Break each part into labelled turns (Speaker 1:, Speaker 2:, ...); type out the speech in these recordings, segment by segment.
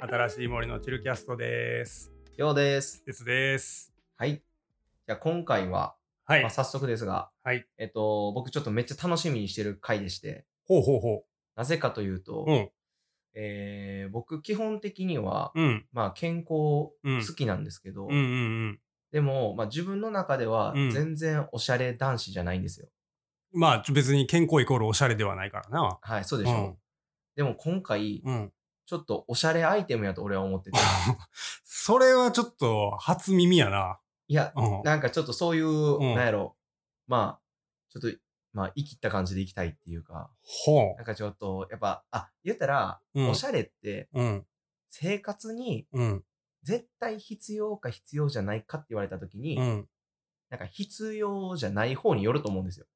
Speaker 1: 新しい森のチルキャストです。
Speaker 2: ようです。
Speaker 1: 鉄です。
Speaker 2: はい。じゃあ今回は、
Speaker 1: はい
Speaker 2: まあ、。早速ですが、
Speaker 1: はい。
Speaker 2: えっと、僕ちょっとめっちゃ楽しみにしてる回でして、
Speaker 1: ほうほうほ
Speaker 2: なぜかというと、
Speaker 1: う。うん。
Speaker 2: えー僕基本的には、
Speaker 1: うん。
Speaker 2: まあ健康好
Speaker 1: うん
Speaker 2: きなんですけど、
Speaker 1: うんうん
Speaker 2: でも、まあ自分の中では
Speaker 1: うん
Speaker 2: 全然おしゃれ男子じゃないんですよ。
Speaker 1: うん。まあ別に健康イコールおしゃれではないからな。
Speaker 2: はい、そうでしょ。
Speaker 1: うん
Speaker 2: でも今回、
Speaker 1: うん。
Speaker 2: ちょっとおしゃれアイテムやと俺は思ってて、
Speaker 1: それはちょっと初耳やな。
Speaker 2: いや、
Speaker 1: うん。
Speaker 2: なんかちょっとそういう、
Speaker 1: ん
Speaker 2: なんやろ、まあ、ちょっと、まあ、生きった感じでいきたいっていうか、
Speaker 1: ほ
Speaker 2: なんかちょっと、やっぱ、あ、言ったら、
Speaker 1: う。うん
Speaker 2: おしゃれって
Speaker 1: うん。
Speaker 2: 生活に
Speaker 1: うん。
Speaker 2: 絶対必要か必要じゃないかって言われた時に、
Speaker 1: うん。
Speaker 2: なんか必要じゃない方によると思うんですよ。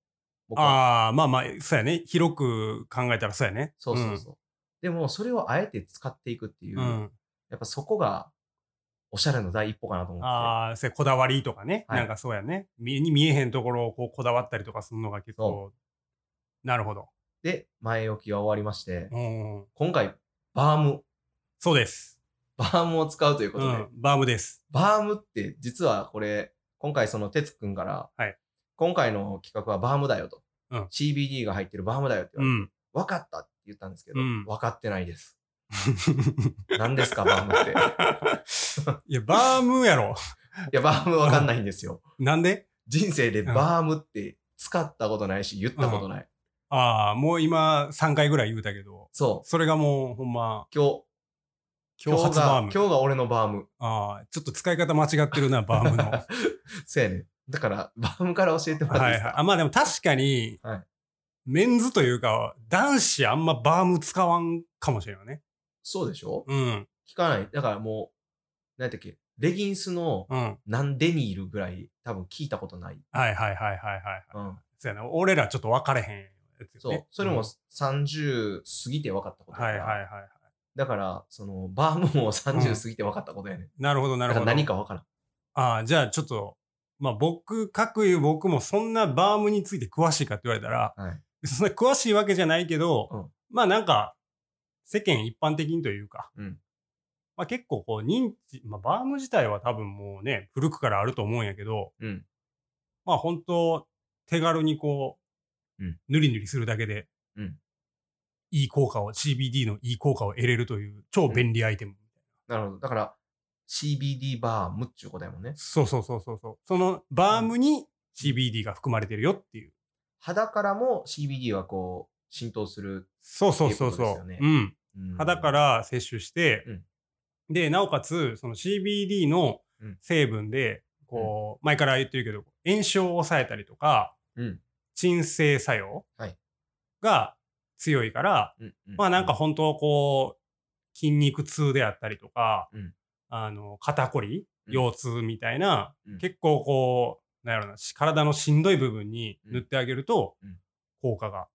Speaker 2: 僕は。
Speaker 1: ああ、まあまあ、そうやね。広く考えたらそうやね。
Speaker 2: そうそうそう。でも、それをあえて使っていくっていう、
Speaker 1: うん。
Speaker 2: やっぱそこが、おしゃれの第一歩かなと思って
Speaker 1: ああ、そうやこだわりとかね。
Speaker 2: はい
Speaker 1: なんかそうやね。見に見えへんところをこうこだわったりとかするのが結構。なるほど。
Speaker 2: て。で、前置きは終わりまして、
Speaker 1: うん。
Speaker 2: 今回、バーム、
Speaker 1: そうです。
Speaker 2: バームを使うというこ
Speaker 1: う
Speaker 2: とで、
Speaker 1: ん。バームです。
Speaker 2: バームって、実はこれ、今回その、てつくんから、
Speaker 1: はい
Speaker 2: 今回の企画はバームだよと。
Speaker 1: うん
Speaker 2: CBD が入ってるバームだよって言われて、
Speaker 1: うん。
Speaker 2: 分かったって言ったんですけど、
Speaker 1: うん
Speaker 2: 分かってな いです。何ですか、バームって。い
Speaker 1: いや、バームやろ。
Speaker 2: や、バーム分かんないんですよ。
Speaker 1: なんで
Speaker 2: 人生でバームって使ったことないし、言ったことない。
Speaker 1: ああ、もう今3回ぐらい言うたけど、
Speaker 2: そう。
Speaker 1: それがもうほんま、
Speaker 2: 今日、
Speaker 1: 今日初
Speaker 2: が
Speaker 1: バーム。
Speaker 2: 今日が俺のバー ム。
Speaker 1: ああ、ちょっと使い方間違ってるな、バ ームの。は
Speaker 2: そうやね。だから、バームから教えてもらっていい
Speaker 1: い
Speaker 2: です
Speaker 1: はい
Speaker 2: か、。
Speaker 1: あまあでも確かに、
Speaker 2: はい
Speaker 1: メンズというか、男子あんまバーム使わんかもしれないね。
Speaker 2: そうでしょ
Speaker 1: うん、
Speaker 2: 聞かない。だからもう、なんやったっけ、レギンスの
Speaker 1: うん。
Speaker 2: なんでにいるぐらい多分聞いたことない。
Speaker 1: はいはいはいはいはい。
Speaker 2: うん。
Speaker 1: そうやな、俺らちょっと分かれへんやつよ
Speaker 2: そう。
Speaker 1: ね
Speaker 2: それ
Speaker 1: ん
Speaker 2: も30過ぎて分かったこと
Speaker 1: は
Speaker 2: や
Speaker 1: い
Speaker 2: か
Speaker 1: は
Speaker 2: ら
Speaker 1: いはいはい。
Speaker 2: だから、その、バームも30過ぎて分かったことやね、ん。
Speaker 1: なるほどなる
Speaker 2: だか
Speaker 1: ほ
Speaker 2: ら
Speaker 1: ど。
Speaker 2: 何か分からん。
Speaker 1: ああ、じゃあちょっと、まあ僕、各言う僕もそんなバームについて詳しいかって言われたら、
Speaker 2: はい
Speaker 1: そんな詳しいわけじゃないけど、
Speaker 2: うん
Speaker 1: まあなんか、世間一般的にというか、
Speaker 2: うん
Speaker 1: まあ結構こう認知、まあバーム自体は多分もうね、古くからあると思うんやけど、
Speaker 2: うん。
Speaker 1: まあ本当手軽にこう、
Speaker 2: うん
Speaker 1: ぬりぬりするだけで、
Speaker 2: うん
Speaker 1: いい効果を、CBD のいい効果を得れるという超便利アイテム。
Speaker 2: なるほど。だから、CBD バームっていうことやもんね。
Speaker 1: そうそうそうそうそう。そのバームに CBD が含まれてるよっていう。
Speaker 2: 肌からも CBD はこう、浸透する。
Speaker 1: そうそうそう
Speaker 2: っていう
Speaker 1: そ
Speaker 2: こと
Speaker 1: う。
Speaker 2: ですよね
Speaker 1: うん。
Speaker 2: うん
Speaker 1: 肌か。ら摂取して、
Speaker 2: うん
Speaker 1: で、なおかつ、その CBD の
Speaker 2: うん
Speaker 1: 成分で、こう、前から言ってるけど、炎症を抑えたりとか、
Speaker 2: うん。
Speaker 1: 鎮静作用
Speaker 2: はい
Speaker 1: が強いから、
Speaker 2: うん。
Speaker 1: まあなんか、本当こう、筋肉痛であったりとか、
Speaker 2: うん
Speaker 1: あの、肩こり、
Speaker 2: うん
Speaker 1: 腰痛みたいな、
Speaker 2: うん
Speaker 1: 結構こう、なんやろな、し体のしんどい部分に塗ってあげると
Speaker 2: うん、
Speaker 1: 効果が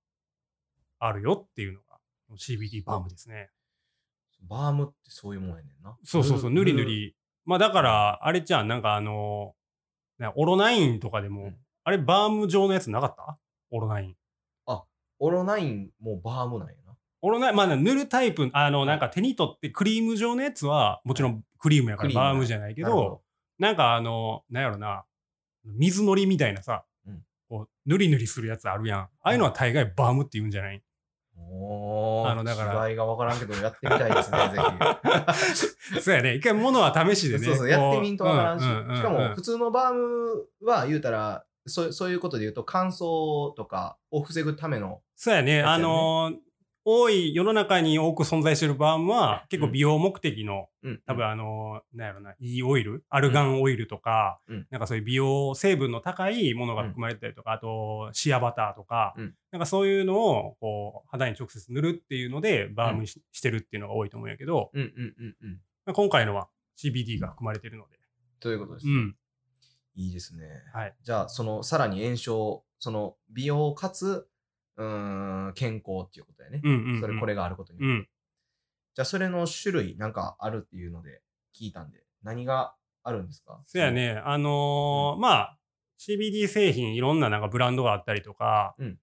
Speaker 1: あるよっていうのが、CBD バームですね。
Speaker 2: バームってそういうもんやねんな。
Speaker 1: そうそうそう、ぬりぬ。り。まあだから、あれじゃん、なんかあの、なオロナインとかでも、
Speaker 2: うん
Speaker 1: あれバーム状のやつなかったオロナイン。
Speaker 2: オロナインもバームなんやな。
Speaker 1: オロナイン、まあ塗るタイプ、あの、なんか手に取ってクリーム状のやつは、もちろんクリームやから
Speaker 2: クリーム
Speaker 1: バームじゃないけ
Speaker 2: なるほ
Speaker 1: ど、なんかあの、なんやろな、水のりみたいなさ
Speaker 2: うん、
Speaker 1: こう、ぬりぬりするやつあるやん。ああいうのは大概バームって言うんじゃない
Speaker 2: ど。おー。
Speaker 1: あのだから
Speaker 2: 違いが分からんけど、やってみた いですね、ぜひ。
Speaker 1: そうやね。一回物は試しでね。
Speaker 2: そうそう、やってみんとわからんし。
Speaker 1: こううんうんうんうん
Speaker 2: しかも、普通のバームは言うたら、そうそういうことで言うと、乾燥とかを防ぐための、
Speaker 1: そうやね。
Speaker 2: やつやね
Speaker 1: あのー多い、世の中に多く存在してるバームは、結構
Speaker 2: うん
Speaker 1: 美容目的の、
Speaker 2: うん
Speaker 1: 多分あのーなんやろな、いいオイル、アルガンオイルとか、
Speaker 2: うん
Speaker 1: なんかそういう美容成分の高いものが含まれてたりとか、あと、シアバターとか、
Speaker 2: うん
Speaker 1: なんかそういうのを、こう、肌に直接塗るっていうので、バームにし,、てるっていうのが多いと思うんやけど、
Speaker 2: うんうんうんうん。
Speaker 1: まあ今回のは CBD が含まれてるので、
Speaker 2: ということです。
Speaker 1: うん。
Speaker 2: いいですね。
Speaker 1: はい
Speaker 2: じゃあ、その、さらに炎症、その、美容かつ、うーん、健康っていうことだよね。
Speaker 1: うんうん、うん。
Speaker 2: それ、こ。れがあることによ
Speaker 1: う
Speaker 2: って。
Speaker 1: ん。
Speaker 2: じゃあ、それの種類、なんかあるっていうので、聞いたんで、何があるんですか
Speaker 1: そうや。ね、あのーまあ、CBD 製品、いろんななんかブランドがあったりとか、
Speaker 2: うん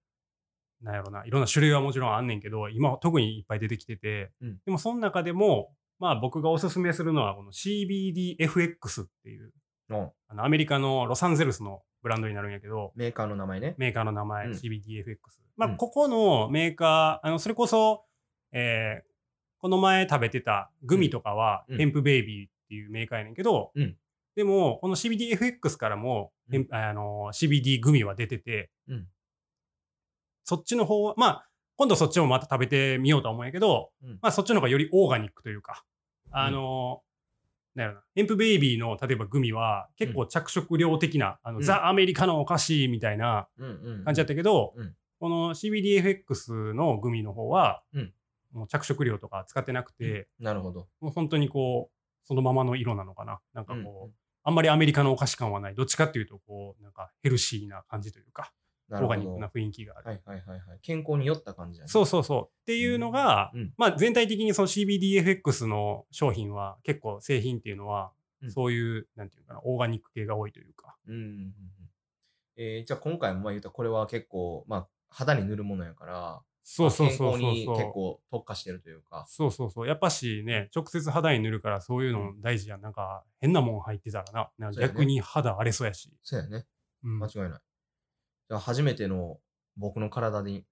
Speaker 1: なんやろな、いろんな種類はもちろんあんねんけど、今、特にいっぱい出てきてて、
Speaker 2: うん
Speaker 1: でも、その中でも、まあ僕がおすすめするのはこの CBDFX っていう、
Speaker 2: うん
Speaker 1: あのアメリカのロサンゼルスのブランドになるんやけど、
Speaker 2: メーカーの名前ね。
Speaker 1: メーカーの名前、
Speaker 2: うん
Speaker 1: CBDFX。まあ
Speaker 2: うん
Speaker 1: ここのメーカー、あのそれこそ、えーこの前食べてたグミとかは、
Speaker 2: うん
Speaker 1: ヘンプベイビーっていうメーカーやねんけど、
Speaker 2: うん
Speaker 1: でもこの CBDFX からも、
Speaker 2: うん
Speaker 1: ヘンあの CBD グミは出てて、
Speaker 2: うん
Speaker 1: そっちの方は、まあ今度そっちもまた食べてみようとは思うんやけど、
Speaker 2: うん
Speaker 1: まあそっちの方がよりオーガニックというか、あのなんやろなヘンプベイビーの例えばグミは結構着色料的な、あの
Speaker 2: うん
Speaker 1: ザ・アメリカのお菓子みたいな、
Speaker 2: うんうん
Speaker 1: 感じだったけど、
Speaker 2: うん
Speaker 1: この CBDFX のグミの方は、
Speaker 2: うん
Speaker 1: もう着色料とか使ってなくて、
Speaker 2: なるほど。
Speaker 1: もう本当にこうそのままの色なのかななんかこう、
Speaker 2: うん
Speaker 1: あんまりアメリカのお菓子感はないどっちかっていうとこうなんかヘルシーな感じというかオ
Speaker 2: なる
Speaker 1: ー
Speaker 2: ほ
Speaker 1: ガニッ
Speaker 2: ど。
Speaker 1: クな
Speaker 2: は
Speaker 1: 雰囲気がある、
Speaker 2: いはいはいはい。健康に酔った感じだね。
Speaker 1: そうそうそうっていうのが、
Speaker 2: うんうん
Speaker 1: まあ、全体的にその CBDFX の商品は結構製品っていうのは、
Speaker 2: うん
Speaker 1: そういうなんていうかなオーガニック系が多いというか
Speaker 2: うんうんうんうん。えーじゃあ今回もまあ言うたらこれは結構、まあ、肌に塗るものやから、
Speaker 1: そうそうそうそう
Speaker 2: 健康に
Speaker 1: そう
Speaker 2: 結構特化してるというか。
Speaker 1: そうそうそう。やっぱしね、直接肌に塗るからそういうのも大事やん。なんか変なもん入ってたらな。なんか
Speaker 2: そうやね
Speaker 1: 逆に肌荒れそうやし。
Speaker 2: そうやね。
Speaker 1: うん
Speaker 2: 間。違いない。じゃあ初めての僕の体に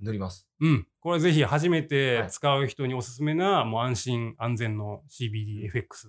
Speaker 2: 塗ります。
Speaker 1: うんこれぜひ初めて
Speaker 2: はい
Speaker 1: 使う人におすすめな、もう安心安全の CBDFX。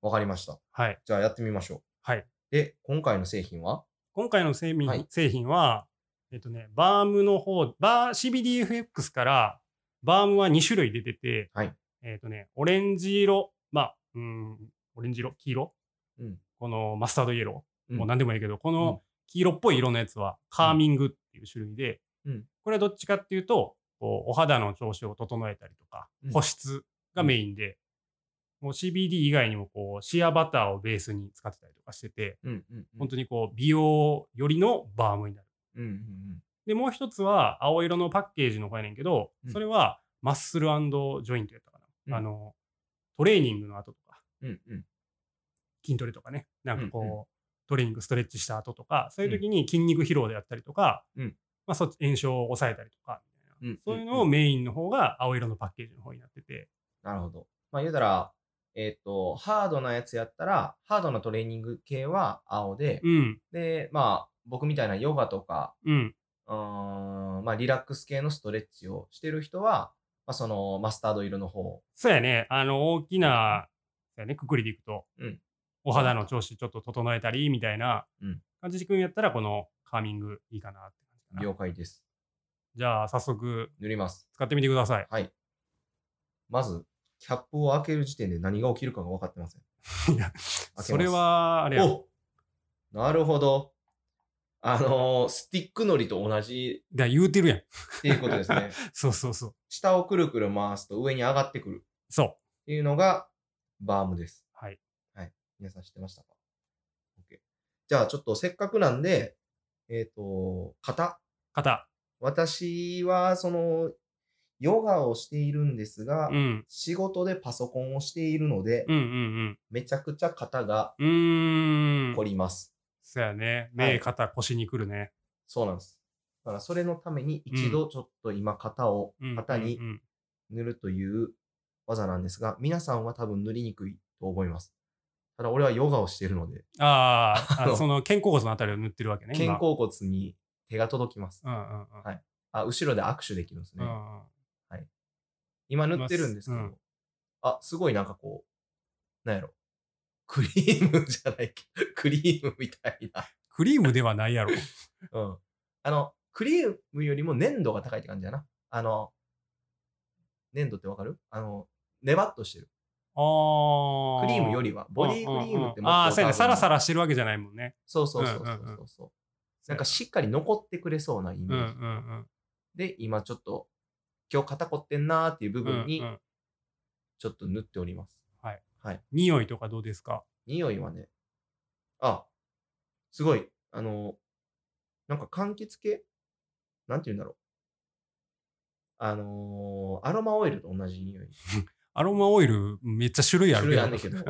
Speaker 2: わかりました。
Speaker 1: はい。
Speaker 2: じゃあやってみましょう。
Speaker 1: はい。
Speaker 2: で、今回の製品は
Speaker 1: 今回の製品,、
Speaker 2: はい
Speaker 1: 製品は、えっとね、バームの方、バー、CBDFX から、バームは2種類出てて、
Speaker 2: はい
Speaker 1: えっとね、オレンジ色、まあ、うん、オレンジ色、黄色、
Speaker 2: うん
Speaker 1: このマスタードイエロー。
Speaker 2: うん
Speaker 1: もう何でもいいけど、こ
Speaker 2: うん
Speaker 1: の黄色っぽい色のやつは、カーミングっていう種類で、
Speaker 2: うん
Speaker 1: これはどっちかっていうと、こうお肌の調子を整えたりとか
Speaker 2: うん、
Speaker 1: 保湿がメインで、もう CBD 以外にもこうシアバターをベースに使ってたりとかしてて、
Speaker 2: うんうんうん
Speaker 1: 本当にこう美容よりのバームになる。
Speaker 2: うんうん
Speaker 1: で、もう一つは青色のパッケージの方やねんけど
Speaker 2: う、ん
Speaker 1: それはマッスルジョイントやったか
Speaker 2: うん
Speaker 1: な。あの、トレーニングの後とか、
Speaker 2: うんうんうん
Speaker 1: 筋トレとかね、なんかこう、
Speaker 2: うん
Speaker 1: トレーニング、ストレッチした後とか、そういう時に筋肉疲労であったりとか、
Speaker 2: うん
Speaker 1: まあ、そっち炎症を抑えたりとかみ
Speaker 2: うん
Speaker 1: たいな、そういうのをメインの方が青色のパッケージの方になってて、
Speaker 2: なるほど。まあ言うたら、えっ、と、ハードなやつやったら、ハードなトレーニング系は青で、
Speaker 1: うん、
Speaker 2: で、まあ僕みたいなヨガとか、
Speaker 1: うん、
Speaker 2: うーん、まあリラックス系のストレッチをしてる人は、まあそのマスタード色の方。
Speaker 1: そうやね、あの、大きな、そうやね、くくりでいくと、
Speaker 2: うん
Speaker 1: お肌の調子ちょっと整えたりみたいな
Speaker 2: うん
Speaker 1: 感じでくんやったら、このカーミングいいかなって感じかな。
Speaker 2: 了解です。
Speaker 1: じゃあ、早速
Speaker 2: 塗ります。
Speaker 1: 使ってみてください。
Speaker 2: はい。まず、キャップを開ける時点で何が起きるかが分かってません。
Speaker 1: いや
Speaker 2: ます
Speaker 1: それは、あれや、
Speaker 2: おなるほど。あのースティックのりと同じ
Speaker 1: だ言うてるやん。
Speaker 2: っていうことですね。
Speaker 1: そうそうそう。
Speaker 2: 下をくるくる回すと上に上がってくるっ
Speaker 1: そう。
Speaker 2: ていうのがバームです。
Speaker 1: はい。
Speaker 2: 皆さん知ってましたか ?OK。じゃあちょっとせっかくなんで、えっ、と、型。
Speaker 1: 肩。
Speaker 2: 私はその、ヨガをしているんですが、
Speaker 1: うん。
Speaker 2: 仕事でパソコンをしているので、
Speaker 1: うんうん
Speaker 2: めちゃくちゃ型が
Speaker 1: うん。うーん。
Speaker 2: 凝ります。
Speaker 1: そうやね。
Speaker 2: は
Speaker 1: 目、
Speaker 2: い
Speaker 1: 肩、腰にくるね。
Speaker 2: そうなんです。だからそれのために一度ちょっと今型を、
Speaker 1: うん
Speaker 2: 型に
Speaker 1: うんうん
Speaker 2: 塗るという技なんですが、皆さんは多分塗りにくいと思います。ただ俺はヨガをしているので、
Speaker 1: あー
Speaker 2: あの
Speaker 1: あ、その肩甲骨のあたりを塗ってるわけね。
Speaker 2: 肩
Speaker 1: 今
Speaker 2: 甲骨に手が届きます。
Speaker 1: うんうんうん。
Speaker 2: はいあ、後ろで握手できるんです
Speaker 1: う
Speaker 2: ね。
Speaker 1: んうん
Speaker 2: 今塗ってるんですけど、
Speaker 1: まあすうん
Speaker 2: あ、すごいなんかこう、なんやろ。クリームじゃないけど、 クリームみたいな。
Speaker 1: クリームではないや ろ。
Speaker 2: うん。あの、クリームよりも粘度が高いって感じだな。あの、粘度ってわかるあの、ネバっとしてる。
Speaker 1: あ
Speaker 2: クリームよ
Speaker 1: り、
Speaker 2: りは。ボディクリームって
Speaker 1: うんうんうん
Speaker 2: もっと。
Speaker 1: ああ、そうやね。サラサ
Speaker 2: ラ。
Speaker 1: ラしてるわけじゃないもんね。
Speaker 2: そうそうそうそう
Speaker 1: うんうん
Speaker 2: そうそう。なんかしっかり残ってくれそうなイ
Speaker 1: う
Speaker 2: メ
Speaker 1: んうんう
Speaker 2: ージ。
Speaker 1: ん。
Speaker 2: で、今ちょっと、今日肩凝ってんなーっていう部
Speaker 1: うんう
Speaker 2: 分に
Speaker 1: ん
Speaker 2: ちょっと塗っております。
Speaker 1: はい。
Speaker 2: はい。
Speaker 1: 匂いとかどうですか
Speaker 2: 匂いはね、あ、すごい、あの、なんか柑橘系なんて言うんだろう。あのーアロマオイルと同じ匂い。
Speaker 1: アロマオイルめっちゃ種類ある
Speaker 2: 種類あんねんけど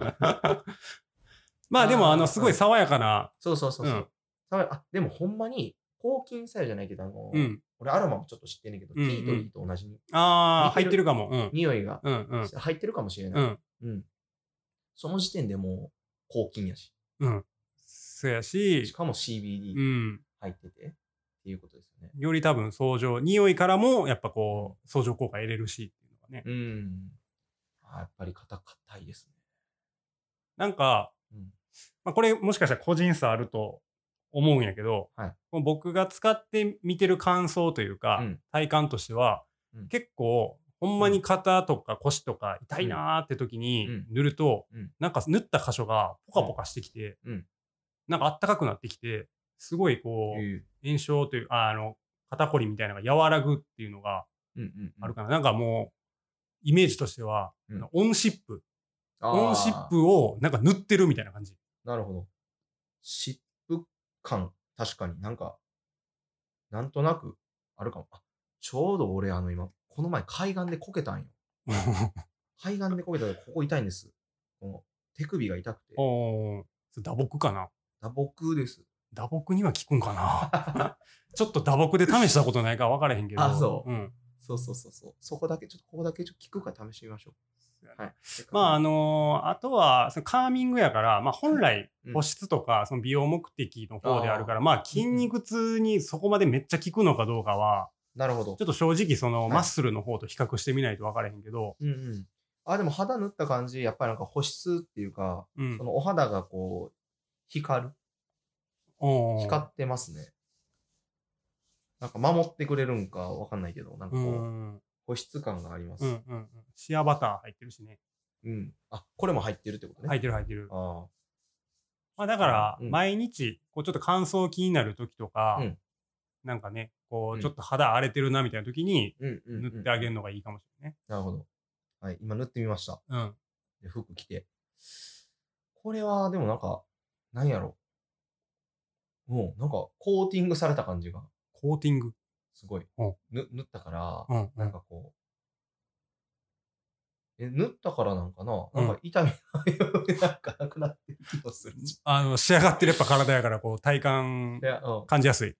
Speaker 1: まあでも、あ
Speaker 2: あ
Speaker 1: の、
Speaker 2: ー
Speaker 1: すごい爽やかな。、
Speaker 2: そうそうそうそううん爽やあ、でもほんまに、抗菌作用じゃないけど、あのー
Speaker 1: うん。
Speaker 2: 俺アロマもちょっと知ってんねんけど、
Speaker 1: うんうん
Speaker 2: ティートリーと同じに
Speaker 1: ああ、入
Speaker 2: 似てる
Speaker 1: ってるかも。うん。
Speaker 2: 匂いが
Speaker 1: うんうん。
Speaker 2: 入ってるかもしれ
Speaker 1: う
Speaker 2: ない。
Speaker 1: ん。
Speaker 2: うん。その時点でもう、抗菌やし。
Speaker 1: うん。そやし
Speaker 2: し、かも CBD
Speaker 1: うん。
Speaker 2: 入ってて、っていうことですよね。
Speaker 1: より多分相乗、匂いからもやっぱこう、相乗効果得れるしっていうのがね。
Speaker 2: うん。あやっぱり硬硬いですね。
Speaker 1: なんか、
Speaker 2: うん
Speaker 1: まあ、これもしかしたら個人差あると思うんやけど、
Speaker 2: はい
Speaker 1: もう僕が使って見てる感想というか、
Speaker 2: うん
Speaker 1: 体感としては、
Speaker 2: うん
Speaker 1: 結構ほんまに肩とか腰とか痛いなーって時に
Speaker 2: うん
Speaker 1: 塗ると、
Speaker 2: うん
Speaker 1: なんか塗った箇所がポカポカしてきて、
Speaker 2: うん
Speaker 1: なんかあったかくなってきてすごいこう
Speaker 2: う
Speaker 1: 炎症というああの肩こりみたいなのが和らぐっていうのが
Speaker 2: んうん
Speaker 1: あるかな、なんかもうイメージとしては、
Speaker 2: うん
Speaker 1: オンシップ
Speaker 2: あー
Speaker 1: オンシップをなんか塗ってるみたいな感じ
Speaker 2: なるほど。湿布感、確かになんか、なんとなくあるかも。あちょうど俺、あの今、この前海岸でこけたんよ。海岸でこけたらここ痛いんです。この手首が痛くて。
Speaker 1: おーそれ打撲かな
Speaker 2: 打撲です。
Speaker 1: 打撲には効くんか なちょっと打撲で試したことないから分からへんけど。
Speaker 2: あそう
Speaker 1: うん。
Speaker 2: そうそうそうそう。そこだけ、ちょっとここだけちょっと聞くから試してみましょう。はい。
Speaker 1: まあ、あ
Speaker 2: の、
Speaker 1: のーあとは、そのカーミングやから、まあ本来
Speaker 2: うん、
Speaker 1: 保湿とか、その美容目的の方であるから、まあ筋肉痛にそこまでめっちゃ効くのかどうかは、
Speaker 2: なるほど
Speaker 1: ちょ。っと正直その
Speaker 2: い
Speaker 1: マッスルの方と比較してみないと分からへんけど、
Speaker 2: うんうん。あ、でも肌塗った感じ、やっぱりなんか保湿っていうか、
Speaker 1: うん
Speaker 2: そ。のお肌がこう、光る。
Speaker 1: おー
Speaker 2: 光ってますね。なんか守ってくれるんかわかんないけど、なんか
Speaker 1: う
Speaker 2: こう、
Speaker 1: ん。うん
Speaker 2: 保湿感があります。
Speaker 1: う
Speaker 2: うん。
Speaker 1: んうん。シアバター入ってるしね。
Speaker 2: あ、これも入ってるってことね。
Speaker 1: 入ってる入ってる。
Speaker 2: あ
Speaker 1: まあ、だから、
Speaker 2: うん
Speaker 1: 毎日、こうちょっと乾燥気になる時とか、
Speaker 2: うん
Speaker 1: なんかね、こ
Speaker 2: う
Speaker 1: うんちょっと肌荒れてるなみたいな時に
Speaker 2: あ。うん、うん。
Speaker 1: 塗ってあげ
Speaker 2: る。
Speaker 1: るのがいいかもしれないね。
Speaker 2: なるほど。はい、今塗ってみました。
Speaker 1: うん。
Speaker 2: で服着て。これは、でもなんか、なんやろもう、なんか、コーティングされた感じが、
Speaker 1: コーティング。
Speaker 2: すごい。
Speaker 1: うん
Speaker 2: ぬ塗ったから、
Speaker 1: うん。
Speaker 2: なんかこう、え、塗ったからなんかな、
Speaker 1: うん
Speaker 2: なんか痛みがなんかなくなってる気がする。
Speaker 1: あの、仕上がってるやっぱ体やから、こう、体感
Speaker 2: い、や、うん。
Speaker 1: 感じやすい。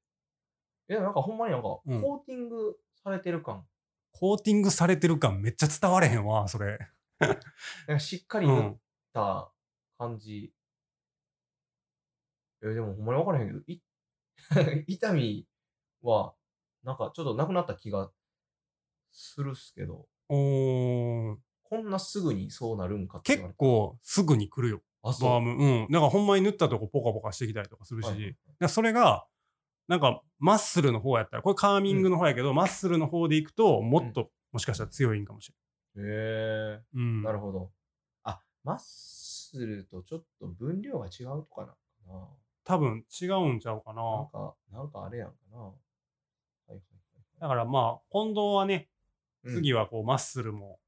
Speaker 2: いや、なんかほんまになんか、コ
Speaker 1: うん
Speaker 2: ーティングされてる感。
Speaker 1: コーティングされてる感めっちゃ伝われへんわ、それ。
Speaker 2: なんかしっかり
Speaker 1: う
Speaker 2: 塗っ
Speaker 1: ん。
Speaker 2: た感じ。え、でもほんまにわからへんけど、い、 痛みは、なんかちょっとなくなった気がするっすけど、
Speaker 1: おー
Speaker 2: こんなすぐにそうなるんかって言
Speaker 1: 結
Speaker 2: われて。
Speaker 1: 構すぐに来るよ、
Speaker 2: あ、そう。
Speaker 1: バーム。うん。なんかほんまに塗ったとこポカポカしてきたりとかするし、
Speaker 2: はい
Speaker 1: だからそれが、なんかマッスルの方やったら、これカーミングの方やけど、マッスルの方でいくと、もっと、もしかしたら強いんかもしれない
Speaker 2: へえ
Speaker 1: うん、
Speaker 2: なるほど。あ、マッスルとちょっと分量が違うとかなんかな。
Speaker 1: 多分違うんちゃうか
Speaker 2: なん
Speaker 1: な。
Speaker 2: か、なんかあれやんかな。はいはいはい
Speaker 1: だ
Speaker 2: はい。
Speaker 1: からまあ、近藤はね、
Speaker 2: うん
Speaker 1: 次はこう、マッスルも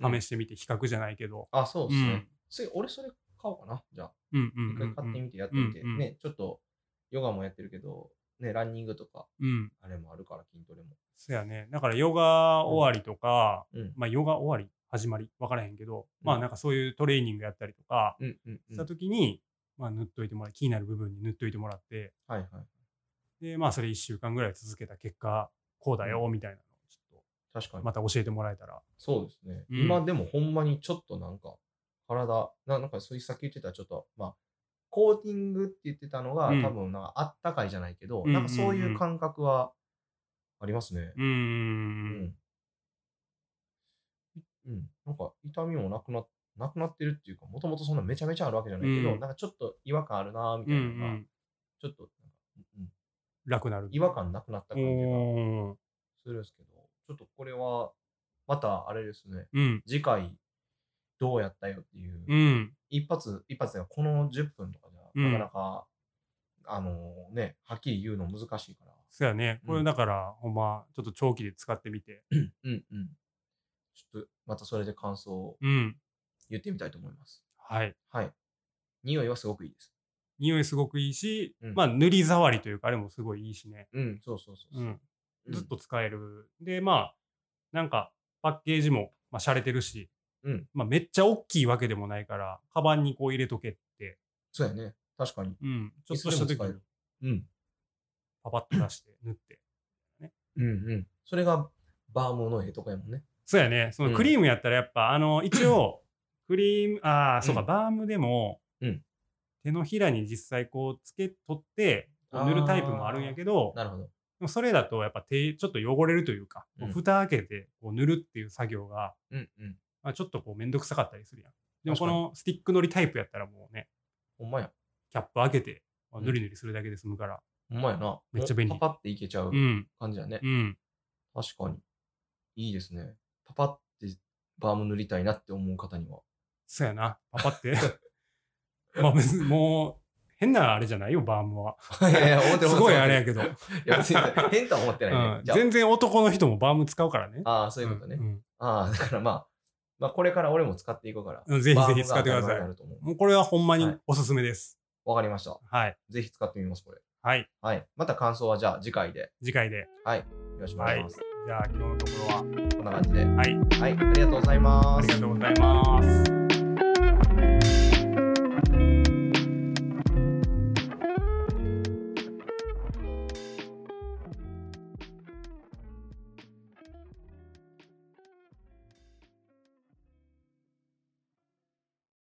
Speaker 1: 試
Speaker 2: し、
Speaker 1: してみて、比較じゃないけど、
Speaker 2: あ、そうです
Speaker 1: うん
Speaker 2: ね。次、俺それ買おうかな。じゃあ、
Speaker 1: うんうん
Speaker 2: 一
Speaker 1: うん
Speaker 2: 回買ってみてやってみて。
Speaker 1: うんうん
Speaker 2: ね、ちょっと、ヨガもやってるけど、ね、ランニングとか、
Speaker 1: うん。うん。
Speaker 2: あれもあるから、筋トレも。
Speaker 1: そやね。だから、ヨガ終わりとか、
Speaker 2: うん。
Speaker 1: まあ、ヨガ終わり、始まり、わからへんけど、
Speaker 2: うん
Speaker 1: まあ、なんかそういうトレーニングやったりとか、
Speaker 2: うんうんう
Speaker 1: し
Speaker 2: ん。
Speaker 1: た
Speaker 2: はい
Speaker 1: ときに、まあ、塗っといてもらい、気になる部分に塗っといてもらって、
Speaker 2: はい。
Speaker 1: で、まあ、それ1週間ぐらい続けた結果、こうだよ、みたいなのを、ちょっ
Speaker 2: 確か
Speaker 1: と、
Speaker 2: に。
Speaker 1: また教えてもらえたら。
Speaker 2: そうですね。
Speaker 1: うん
Speaker 2: 今でもほんまにちょっとなんか、体、ななんか、そういうさっき言ってた、ちょっと、まあ、コーティングって言ってたのが、
Speaker 1: うん
Speaker 2: 多分、なんか、あったかいじゃないけ
Speaker 1: うん
Speaker 2: ど、
Speaker 1: うんうん
Speaker 2: なんかそういう感覚はありますね。
Speaker 1: うーん。
Speaker 2: うん。うん。なんか痛みもなくな、なくなってるっていうか、もともとそんなめちゃめちゃあるわけじゃないけど、
Speaker 1: うん
Speaker 2: なんかちょっと違和感あるなーみ
Speaker 1: う
Speaker 2: た
Speaker 1: んう
Speaker 2: いなのが、
Speaker 1: ん。
Speaker 2: ちょっとなんか、うん、
Speaker 1: 楽なる。
Speaker 2: 違和感なくなった感じが
Speaker 1: おー
Speaker 2: するんですけど、ちょっとこれは、またあれですね、
Speaker 1: うん。
Speaker 2: 次回、どうやったよっていう、
Speaker 1: うん。
Speaker 2: 一発、一発ではこの10分とかじ
Speaker 1: う
Speaker 2: ゃ、
Speaker 1: ん
Speaker 2: なかなか、あのね、はっきり言うの難しいから、
Speaker 1: そうやね。こ
Speaker 2: う
Speaker 1: れ
Speaker 2: ん
Speaker 1: だから、ほんま、ちょっと長期で使ってみて。
Speaker 2: うんうん。ちょっと、またそれで感想を
Speaker 1: うん。
Speaker 2: 言ってみたいと思います。
Speaker 1: はい。
Speaker 2: はい。匂いはすごくいいです。
Speaker 1: 匂いすごくいいし、
Speaker 2: うん
Speaker 1: まあ、塗り触りというか、あれもすごいいいしね。
Speaker 2: うん、そうそうそう
Speaker 1: う
Speaker 2: そう、
Speaker 1: ん。
Speaker 2: うん
Speaker 1: ずっと使える。で、まあ、なんか、パッケージも、まあ、洒落てるし、
Speaker 2: うん
Speaker 1: まあ、めっちゃ大きいわけでもないから、カバンにこう入れとけって、
Speaker 2: そうやね。確かに。
Speaker 1: うん。ちょっとした
Speaker 2: いつでも
Speaker 1: 時
Speaker 2: 使え
Speaker 1: に
Speaker 2: る、うん。
Speaker 1: パパッと出 して、塗って。
Speaker 2: うんうん。それが、バームの絵とかやもんね。
Speaker 1: そうやね。そのクリームやったらやっぱ、あの、一応、クリーム、ああ、そうか、
Speaker 2: うん
Speaker 1: バームでも、
Speaker 2: うん
Speaker 1: 手のひらに実際こう、つけ、取って、こう塗るタイプもあるんやけど、
Speaker 2: なるほど。
Speaker 1: でもそれだとやっぱ手、ちょっと汚れるというか、こう
Speaker 2: うん
Speaker 1: 蓋開けてこう塗るっていう作業が、
Speaker 2: うんうん。
Speaker 1: まあ、ちょっとこう、めんどくさかったりするやん。でもこ
Speaker 2: 確かに
Speaker 1: のスティック乗りタイプやったらもうね、
Speaker 2: ほんまや。
Speaker 1: キャップ開けて、まあ
Speaker 2: うん
Speaker 1: ぬりぬりするだけで済むから。
Speaker 2: ほんまやな。
Speaker 1: めっちゃ便利
Speaker 2: もうパパっていけちゃう
Speaker 1: うん、
Speaker 2: 感じやね。
Speaker 1: うん。
Speaker 2: 確かに。いいですね。パパってバーム塗りたいなって思う方には。
Speaker 1: そうやな。パパって。 まあ別にもう、変なあれじゃないよ、バームは。
Speaker 2: いやい や、思って
Speaker 1: す
Speaker 2: る
Speaker 1: ごいあれやけ
Speaker 2: ど。
Speaker 1: ど。
Speaker 2: いや、別に変とは思ってないね。
Speaker 1: うん
Speaker 2: じゃあ、
Speaker 1: 全然男の人もバーム使うからね。
Speaker 2: ああ、そういうことね。
Speaker 1: ん
Speaker 2: ああ、だからまあ、まあ、これから俺も使っていこうから。
Speaker 1: うんぜひぜひ使ってくだ
Speaker 2: バ
Speaker 1: さ
Speaker 2: ームが当たり前
Speaker 1: い
Speaker 2: にな。ると思う
Speaker 1: もうこれはほんま
Speaker 2: は
Speaker 1: に
Speaker 2: い
Speaker 1: おすすめです。
Speaker 2: わかりました。
Speaker 1: はい。
Speaker 2: ぜひ使ってみます、これ。
Speaker 1: はい。
Speaker 2: はい。また感想はじゃあ次回で。
Speaker 1: 次回で。
Speaker 2: はい。よろしくお願いします。
Speaker 1: じゃあ今日のところは、
Speaker 2: こんな感じで。
Speaker 1: はい。
Speaker 2: はい。ありがとうございます。
Speaker 1: ありがとうございます。